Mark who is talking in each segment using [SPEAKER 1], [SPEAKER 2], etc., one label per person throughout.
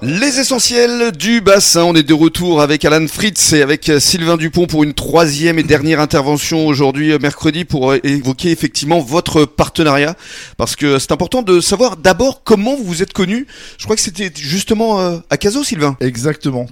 [SPEAKER 1] Les essentiels du bassin, on est de retour avec Alan Fritz et avec euh, Sylvain Dupont pour une troisième et dernière intervention aujourd'hui, euh, mercredi, pour évoquer effectivement votre partenariat. Parce que c'est important de savoir d'abord comment vous vous êtes connus. Je crois que c'était justement euh, à Caso, Sylvain.
[SPEAKER 2] Exactement.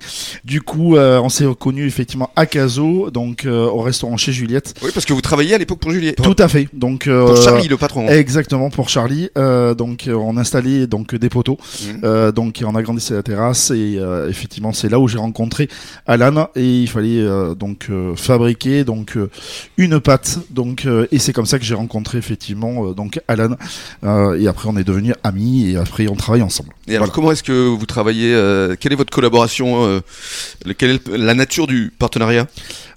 [SPEAKER 2] Du coup, euh, on s'est reconnus effectivement à Caso, donc euh, au restaurant chez Juliette.
[SPEAKER 1] Oui, parce que vous travailliez à l'époque pour Juliette.
[SPEAKER 2] Tout à fait. Donc, euh,
[SPEAKER 1] Pour Charlie, le patron.
[SPEAKER 2] Exactement pour Charlie. Euh, donc euh, on a installé donc des poteaux.
[SPEAKER 1] Mhm.
[SPEAKER 2] Euh, donc on a grandi la terrasse et euh, effectivement c'est là où j'ai rencontré Alan et il fallait euh, donc euh, fabriquer donc euh, une pâte donc euh, et c'est comme ça que j'ai rencontré effectivement euh, donc Alan Euh, et après on est devenus amis et après on travaille ensemble.
[SPEAKER 1] Et alors,
[SPEAKER 2] Voilà.
[SPEAKER 1] comment est-ce que vous travaillez euh, Quelle est votre collaboration euh, le- Quelle est le- la nature du partenariat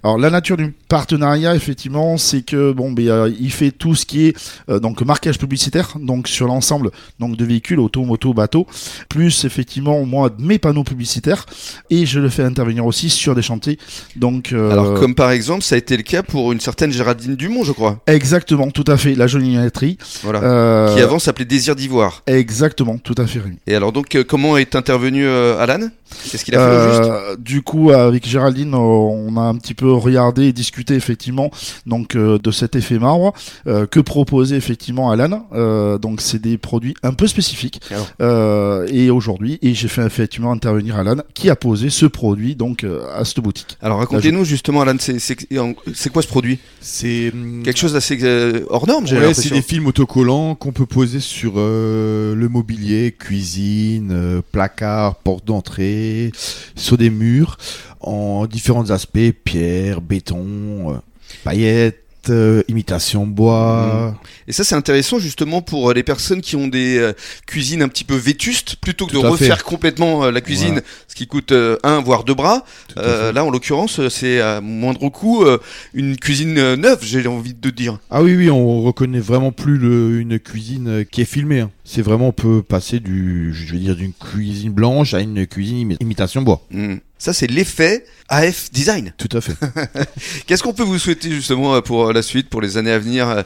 [SPEAKER 2] Alors la nature du partenariat effectivement c'est que bon ben euh, il fait tout ce qui est euh, donc marquage publicitaire donc sur l'ensemble donc de véhicules auto moto bateau plus effectivement moi mes panneaux publicitaires et je le fais intervenir aussi sur des chantiers donc euh,
[SPEAKER 1] Alors, comme par exemple, ça a été le cas pour une certaine Géraldine Dumont, je crois.
[SPEAKER 2] exactement tout à fait la joaillerie
[SPEAKER 1] Voilà.
[SPEAKER 2] euh,
[SPEAKER 1] Qui avant s'appelait Désir d'Ivoire.
[SPEAKER 2] exactement tout à fait Rémi.
[SPEAKER 1] Et alors donc euh, comment est intervenu euh, Alan Qu'est-ce qu'il a fait au juste
[SPEAKER 2] Euh, du coup, avec Géraldine, euh, on a un petit peu regardé et discuté effectivement donc euh, de cet effet marbre euh, que proposait effectivement Alan. Euh, donc, c'est des produits un peu spécifiques.
[SPEAKER 1] Alors.
[SPEAKER 2] Euh, et aujourd'hui, et j'ai fait effectivement intervenir Alan qui a posé ce produit donc euh, à cette boutique.
[SPEAKER 1] Alors racontez-nous justement Alan, c'est- c'est c'est quoi ce produit
[SPEAKER 3] C'est hum,
[SPEAKER 1] Quelque chose d'assez euh, hors norme j'ai
[SPEAKER 3] ouais, c'est
[SPEAKER 1] l'impression.
[SPEAKER 3] des films autocollants qu'on peut poser sur euh, le mobilier, cuisine, euh, placard, porte d'entrée, sur des murs, en différents aspects pierre, béton, euh, paillettes. euh, imitation bois.
[SPEAKER 1] Et ça c'est intéressant justement pour euh, les personnes qui ont des euh, cuisines un petit peu vétustes, plutôt que
[SPEAKER 3] Tout
[SPEAKER 1] de
[SPEAKER 3] à fait.
[SPEAKER 1] refaire complètement euh, la cuisine,
[SPEAKER 3] Ouais.
[SPEAKER 1] ce qui coûte euh, un voire deux bras.
[SPEAKER 3] Tout à
[SPEAKER 1] Euh,
[SPEAKER 3] fait.
[SPEAKER 1] là en l'occurrence euh, c'est à moindre coût euh, une cuisine euh, neuve j'ai envie de dire.
[SPEAKER 3] Ah oui, oui, on reconnaît vraiment plus le- une cuisine euh, qui est filmée. hein. C'est vraiment, on peut passer du, je vais dire, d'une cuisine blanche à une cuisine imi- imitation bois.
[SPEAKER 1] Hmm. Ça c'est l'effet AF Design.
[SPEAKER 3] Tout à fait.
[SPEAKER 1] Qu'est-ce qu'on peut vous souhaiter justement euh, pour euh, la suite, pour les années à venir euh,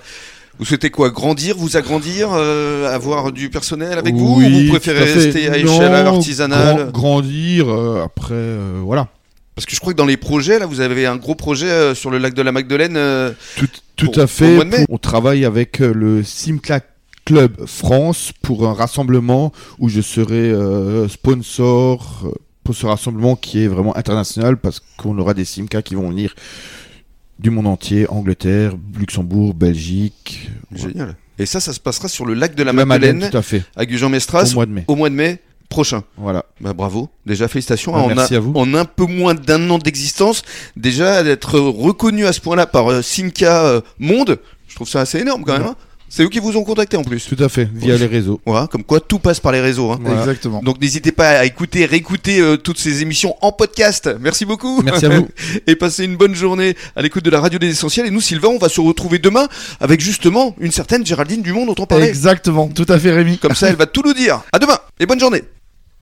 [SPEAKER 1] Vous souhaitez quoi Grandir, vous agrandir, euh, avoir du personnel avec vous
[SPEAKER 3] Oui,
[SPEAKER 1] Ou vous
[SPEAKER 3] tout
[SPEAKER 1] préférez
[SPEAKER 3] à fait.
[SPEAKER 1] rester à
[SPEAKER 3] Non,
[SPEAKER 1] échelle artisanale
[SPEAKER 3] grand- grandir, euh, après, euh, voilà.
[SPEAKER 1] Parce que je crois que dans les projets, là, vous avez un gros projet euh, sur le lac de la Magdeleine. euh,
[SPEAKER 3] Tout, tout
[SPEAKER 1] Pour- pour le
[SPEAKER 3] à fait.
[SPEAKER 1] mois de mai.
[SPEAKER 3] on travaille avec euh, le Simcla Club France pour un rassemblement où je serai euh, sponsor euh, pour ce rassemblement qui est vraiment international parce qu'on aura des Simca qui vont venir du monde entier, Angleterre, Luxembourg, Belgique,
[SPEAKER 1] Génial. Et ça, ça se passera sur le lac de la,
[SPEAKER 3] la Madeleine,
[SPEAKER 1] Magdeleine,
[SPEAKER 3] tout à fait,
[SPEAKER 1] à
[SPEAKER 3] au
[SPEAKER 1] Gujan-Mestras,
[SPEAKER 3] mois de mai.
[SPEAKER 1] au mois de mai prochain.
[SPEAKER 3] Voilà.
[SPEAKER 1] Bah, bravo. Déjà, félicitations.
[SPEAKER 3] Bah,
[SPEAKER 1] On a-
[SPEAKER 3] merci à vous.
[SPEAKER 1] En un peu moins d'un an d'existence, déjà d'être reconnu à ce point-là par euh, Simca euh, Monde, je trouve ça assez énorme quand même. hein. C'est eux qui vous ont contacté en plus.
[SPEAKER 3] Tout à fait, via
[SPEAKER 1] Oui.
[SPEAKER 3] les réseaux.
[SPEAKER 1] Voilà, comme quoi tout passe par les réseaux. hein.
[SPEAKER 3] Voilà.
[SPEAKER 2] Exactement.
[SPEAKER 1] Donc n'hésitez pas à écouter, réécouter euh, toutes ces émissions en podcast. Merci beaucoup.
[SPEAKER 3] Merci à vous.
[SPEAKER 1] et passez une bonne journée à l'écoute de la radio des essentiels. Et nous, Sylvain, on va se retrouver demain avec justement une certaine Géraldine Dumont dont on parlait.
[SPEAKER 2] Exactement, tout à fait Rémi.
[SPEAKER 1] Comme ça, elle va tout nous dire. À demain et bonne journée.